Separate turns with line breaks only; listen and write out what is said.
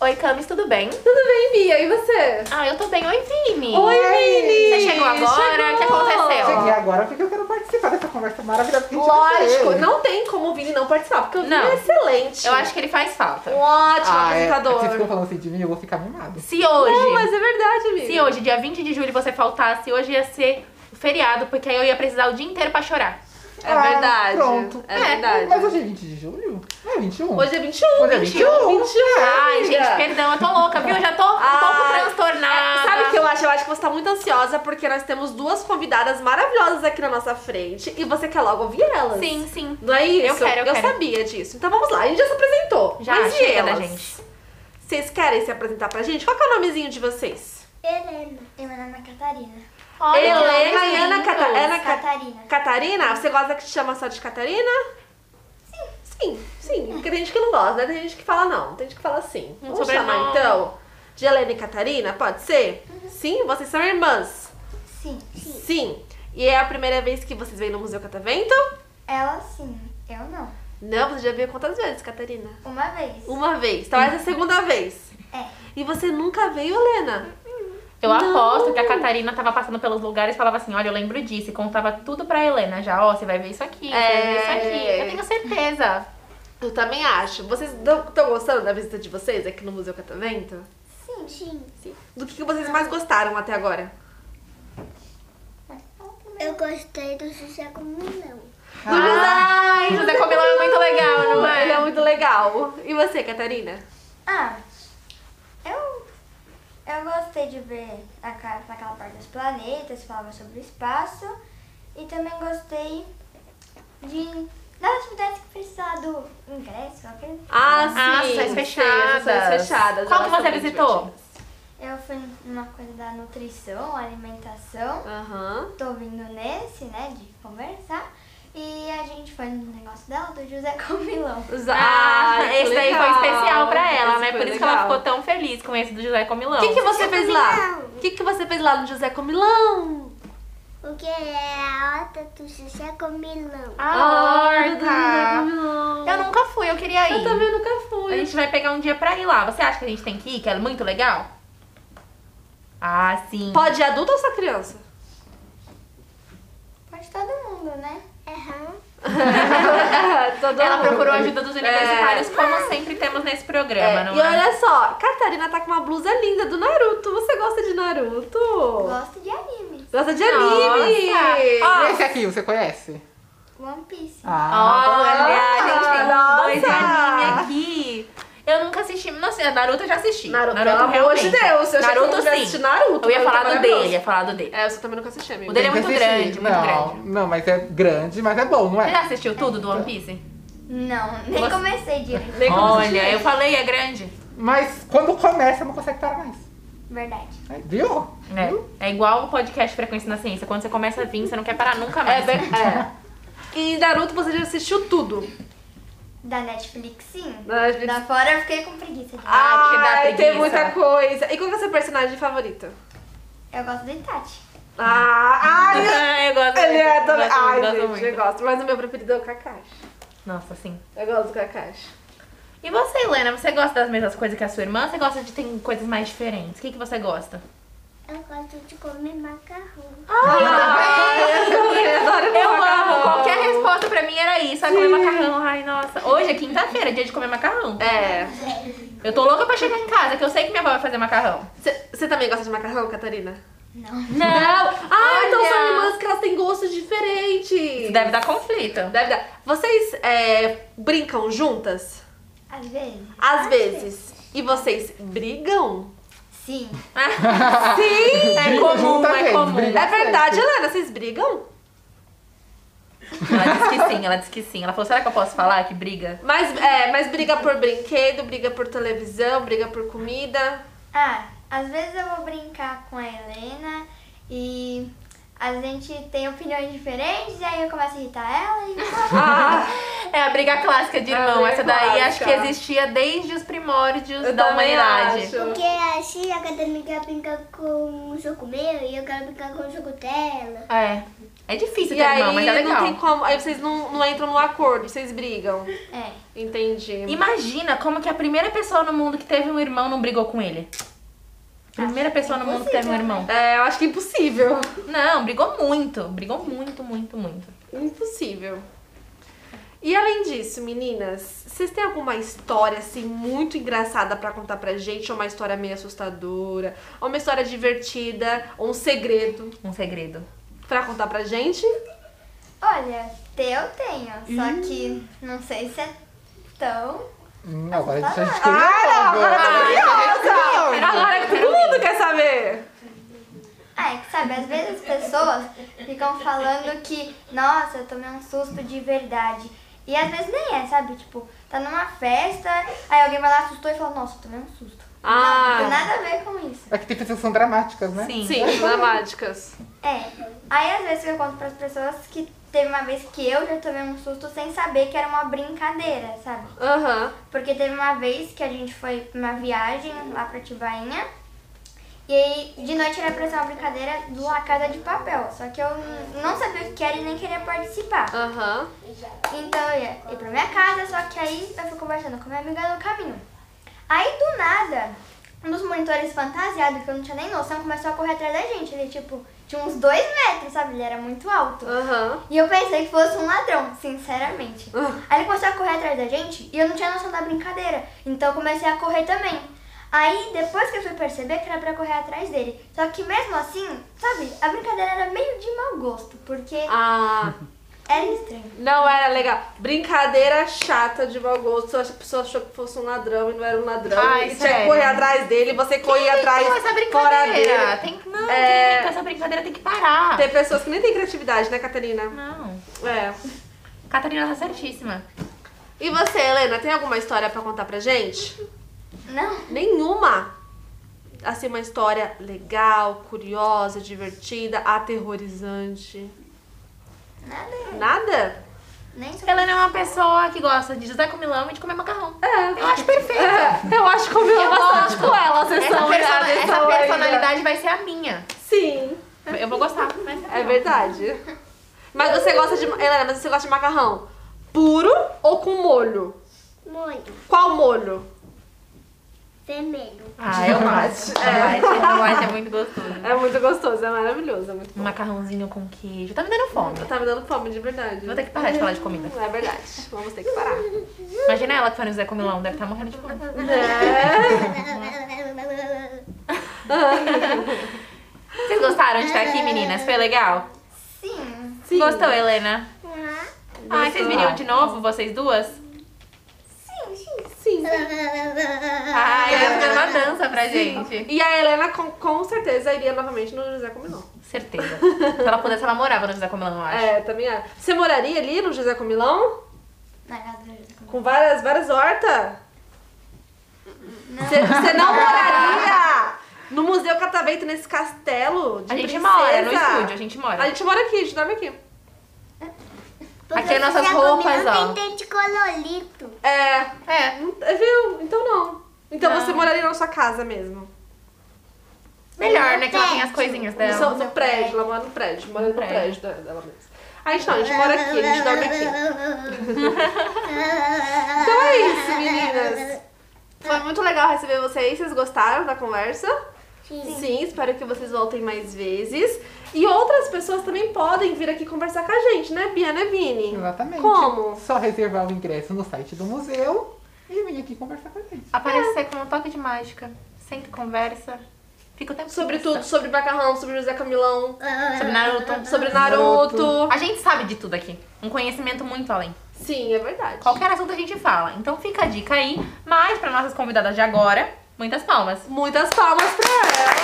Oi, Camis, tudo bem?
Tudo bem, Bia? E você?
Ah, eu tô bem. Oi, Vini!
Vini!
Você chegou agora? O que aconteceu?
Cheguei agora porque eu quero participar dessa conversa maravilhosa. que a gente
Lógico,
vai ter.
não tem como o Vini não participar, porque o Vini
Não.
é excelente.
Eu acho que ele faz falta.
um ótimo
Ah, é.
apresentador.
Vocês ficam falando assim de mim, eu vou ficar mimado.
Se hoje,
Não, mas é verdade, amigo.
se hoje, dia 20 de julho, você faltasse, hoje ia ser feriado, porque aí eu ia precisar o dia inteiro pra chorar.
É
Ah,
verdade.
pronto.
É verdade.
Mas hoje é 20 de julho? Não é 21?
Hoje é 21,
Hoje é
21,
21.
21.
Ai,
amiga.
gente, perdão, eu tô louca, viu? Eu já tô um pouco
Ai,
transtornada.
Ah, É, Sabe o que eu acho? Eu acho que você tá muito ansiosa porque nós temos duas convidadas maravilhosas aqui na nossa frente e você quer logo ouvir elas.
Sim, sim.
Não é isso?
Eu quero, eu quero.
sabia disso. Então vamos lá, a gente já se apresentou.
Já,
Mas e
chega da
elas?
gente.
Vocês querem se apresentar pra gente? Qual que é o nomezinho de vocês?
Helena. E meu nome é Catarina.
Olha,
Helena
que
e Ana
lindo.
Cata- Ana Ca-
Catarina.
Catarina? Você gosta que te chama só de Catarina? Sim. Sim, sim. Porque tem gente que não gosta, né? Tem gente que fala não, tem gente que fala sim.
Um
Vamos
sobrenome.
chamar então de Helena e Catarina? Pode ser? Sim, vocês são irmãs.
Sim. Sim.
Sim. E é a primeira vez que vocês vêm no Museu Catavento?
Ela sim. Eu não.
Não, você já veio quantas vezes, Catarina?
Uma vez.
Uma vez. Então essa é a segunda vez.
É.
E você nunca veio, Helena?
Eu
Não.
aposto que a Catarina tava passando pelos lugares e falava assim: olha, eu lembro disso. E contava tudo pra Helena já. Ó, você vai ver isso aqui, você vai ver isso
É.
aqui. Eu tenho certeza.
Eu também acho. Vocês estão gostando da visita de vocês aqui no Museu Catavento?
Sim. Sim.
Do que, que vocês mais gostaram até agora?
Eu gostei do José como não.
Ah,
Ai, José Comilão é muito legal, não
Ele é
é?
muito legal. E você, Catarina?
Ah, eu, eu gostei de ver a, ca- naquela parte dos planetas, falava sobre o espaço. E também gostei de das atividades que precisava do ingresso, ok?
Ah, sim.
Ah, sessões
sei, as
fechadas.
Sessões fechadas.
Qual que
Elas são
você
bem
visitou?
divertidas.
Eu fui numa coisa da nutrição, alimentação.
Aham.
Tô vindo nesse, né, de conversar. E a gente foi no negócio dela, do José Comilão.
Os-
Ah,
que
esse daí foi
legal.
especial pra ela,
Esse
né?
foi
Por isso que ela
legal.
ficou tão feliz com esse do José Comilão.
O que, que você fez lá?
Comilão.
O que, que você fez lá no José Comilão?
O que é a horta do José Comilão?
A
Ah, do José
horta!
Comilão.
Ah, Eu nunca fui, eu queria
Eu
ir.
também nunca fui.
A gente vai pegar um dia pra ir lá. Você acha que a gente tem que ir, que é muito legal? Ah, sim.
Pode ir adulto ou só criança?
Pode todo mundo, né? Aham.
Todo
Ela
mundo.
procurou a ajuda dos
É.
universitários, como sempre temos nesse programa,
É,
não
e
é?
olha só, Catarina tá com uma blusa linda do Naruto. Você gosta de Naruto?
Gosto de anime.
Gosta de
Nossa.
anime!
Ó,
E esse aqui, você conhece? Ah,
One Piece.
Ah.
Ah, Olha, a gente tem
Nossa.
dois anime aqui. Eu nunca assisti. Nossa, Naruto eu já assisti.
Naruto, pelo amor de Deus, eu achei que eu
Naruto
nunca
sim.
assisti Naruto,
eu ia
Naruto é
falar do
maravilhoso.
dele, ia falar do dele.
É, você também nunca assisti, amigo.
O dele é
Tem que
muito
assistir.
grande, muito
assim, não,
grande.
Não, mas é grande, mas é bom, não
Você já
é?
assistiu tudo do One Piece?
Não, nem
Gosto-
comecei direito.
Nem como se
Olha,
diz.
eu falei, é grande.
Mas quando começa, não consegue parar mais.
Verdade.
Aí, Viu?
Uhum.
É, é igual o podcast Frequência na Ciência. Quando você começa a vir, você não quer parar nunca
É,
mais.
bem, é. E Naruto você já assistiu tudo.
Da Netflix, sim.
Da Netflix.
Da fora eu fiquei com preguiça. De...
Ah, porque dá
Ai, tem
preguiça.
muita coisa. E qual que é o seu personagem favorito?
Eu gosto do Itachi.
Ah, ai,
eu gosto
ele é
muito,
também.
gosto
Ai,
muito, gosto
gente,
muito.
eu gosto. Mas o meu preferido é o Kakashi.
Nossa, sim.
Eu gosto do Kakashi.
E você, Helena, você gosta das mesmas coisas que a sua irmã? Você gosta de ter coisas mais diferentes? O que, que você gosta?
Eu gosto de comer macarrão.
eu adoro
Eu
macarrão.
amo! Qualquer resposta pra mim era isso. Ai, comer macarrão. Ai, nossa. Hoje é quinta-feira, dia de comer macarrão.
É.
Eu tô louca pra chegar em casa, que eu sei que minha avó vai fazer macarrão.
Você também gosta de macarrão, Catarina?
Não.
Não!
Ah, então são
Olha!
irmãs que elas têm gostos diferentes.
Deve dar conflito.
Deve dar. Vocês é, brincam juntas?
Às vezes.
Às vezes. E vocês brigam?
Sim.
Sim!
É
Briga
comum,
juntas
é
mesmo,
comum.
briga.
É verdade, Helena, vocês brigam?
Ela disse que sim, ela disse que sim. Ela falou, será que eu posso falar que briga?
Mas, é, mas briga por brinquedo, briga por televisão, briga por comida.
É, Ah, às vezes eu vou brincar com a Helena e a gente tem opiniões diferentes, e aí eu começo a irritar ela e.
Ah,
É a briga clássica de
É a
irmão.
briga
Essa daí acho
clássica.
que existia desde os primórdios
Eu
da
também
humanidade.
acho.
Porque a Xia acadêmica quer brincar com o jogo meu e eu quero brincar com o jogo dela.
É. É difícil
E
ter
aí
irmão, mas é
não
legal.
tem como. Aí vocês não, não entram no acordo, vocês brigam.
É.
Entendi.
Imagina como que a primeira pessoa no mundo que teve um irmão não brigou com ele. Primeira pessoa no mundo que teve um irmão.
É, eu acho que é impossível.
Não, brigou muito. Brigou muito, muito, muito.
Impossível. E além disso, meninas, vocês têm alguma história assim muito engraçada pra contar pra gente? Ou uma história meio assustadora? Ou uma história divertida? Ou um segredo
Um segredo.
pra contar pra gente?
Olha, ter eu tenho, só que não sei se é tão.
Hum, agora a gente tá Ah,
Agora é que todo mundo quer saber!
Ah, é que sabe, às vezes as pessoas ficam falando que, nossa, eu tomei um susto de verdade. E às vezes nem é, sabe? Tipo, tá numa festa, aí alguém vai lá, assustou e fala, nossa, eu tomei um susto.
Ah.
Não, tem nada a ver com isso.
É que tem pessoas que são dramáticas, né?
Sim.
Sim, dramáticas.
É. Aí às vezes eu conto pras pessoas que teve uma vez que eu já tomei um susto sem saber que era uma brincadeira, sabe?
Aham.
Porque teve uma vez que a gente foi pra uma viagem lá pra Tibainha. E aí, de noite era pra ser uma brincadeira do La Casa de Papel. Só que eu n- não sabia o que era e nem queria participar.
Aham.
Então eu ia ir pra minha casa, só que aí eu fui conversando com minha amiga no caminho. Aí do nada, um dos monitores fantasiados, que eu não tinha nem noção, começou a correr atrás da gente. Ele tipo, tinha uns dois metros, sabe? Ele era muito alto.
Aham.
E eu pensei que fosse um ladrão, sinceramente.
Ah.
Aí ele começou a correr atrás da gente e eu não tinha noção da brincadeira. Então eu comecei a correr também. Aí depois que eu fui perceber que era pra correr atrás dele. Só que mesmo assim, sabe, a brincadeira era meio de mau gosto, porque
Ah,
era estranho.
não era legal. Brincadeira chata de mau gosto. A pessoa achou que fosse um ladrão e não era um ladrão.
Ai,
e tinha que
sério?
correr atrás dele, você corria
Quem
atrás
inventou essa
fora
brincadeira?
dele.
Tem que... Não,
É.
quem inventou essa brincadeira tem que parar.
Tem pessoas que nem têm criatividade, né, Catarina?
Não.
É.
Catarina tá certíssima.
E você, Helena, tem alguma história pra contar pra gente?
Não.
Nenhuma. Assim, uma história legal, curiosa, divertida, aterrorizante.
Nada.
Nada?
Nem sou.
Helena é uma pessoa que gosta de José Comilão e de comer macarrão.
É.
Eu acho perfeito.
É, eu acho que eu vi bastante com ela, vocês
Essa,
são
persona-
olhadas,
essa
são olhadas.
personalidade vai ser a minha.
Sim,
Eu vou gostar. mas
é verdade. Mas você gosta de. Helena, mas você gosta de macarrão puro ou com molho?
Molho,
Qual molho?
vermelho.
Ah, eu gosto. É. Tomate é muito gostoso.
É muito gostoso, é maravilhoso, é muito
Um
bom.
macarrãozinho com queijo. Tá me dando fome.
Tá me dando fome, de verdade.
Vou ter que parar de falar de comida.
É verdade, vamos ter que parar.
Imagina ela que foi no José Comilão, deve estar morrendo de fome.
É.
Vocês gostaram de estar aqui, meninas? Foi legal?
Sim.
Sim.
Gostou, Helena?
Ah,
Ai, vocês viriam de novo, vocês duas?
Sim, sim.
Sim.
Ai, deve ter uma dança pra gente.
E a Helena com, com certeza iria novamente no José Comilão.
Certeza. Se ela pudesse, ela morava no José Comilão, eu acho.
É, também é. Você moraria ali no José Comilão?
Na casa do José Comilão.
Com várias, várias hortas? Você, você não moraria no Museu Catavento, nesse castelo de
A gente
princesa?
mora no estúdio, a gente
A
mora.
gente mora aqui, a gente dorme aqui.
Aqui é nossas roupas, ó.
Tem um dente colorito.
É,
É.
não- é, viu? Então não. Então
Não.
você moraria na sua casa mesmo.
Melhor, né? Que ela tem as coisinhas
No, seu-
dela.
no prédio, ela mora no prédio, mora no
prédio.
prédio, da- dela mesma. A gente não, a gente mora Ah, aqui, a gente dorme aqui. Então é isso, meninas. Foi muito legal receber vocês, vocês gostaram da conversa? Sim. espero que vocês voltem mais vezes. E outras pessoas também podem vir aqui conversar com a gente, né, Bia, né, Vini?
Exatamente.
Como?
Só reservar o ingresso no site do museu e vir aqui conversar com a gente.
Aparecer com um toque de mágica. Senta, conversa. Fica o tempo
Sobre
todo.
tudo, sobre macarrão, sobre José Camilão,
É. Sobre Naruto.
sobre Naruto.
A gente sabe de tudo aqui. Um conhecimento muito além.
Sim, é verdade.
Qualquer assunto a gente fala. Então fica a dica aí. Mas para nossas convidadas de agora, muitas palmas.
Muitas palmas pra ela.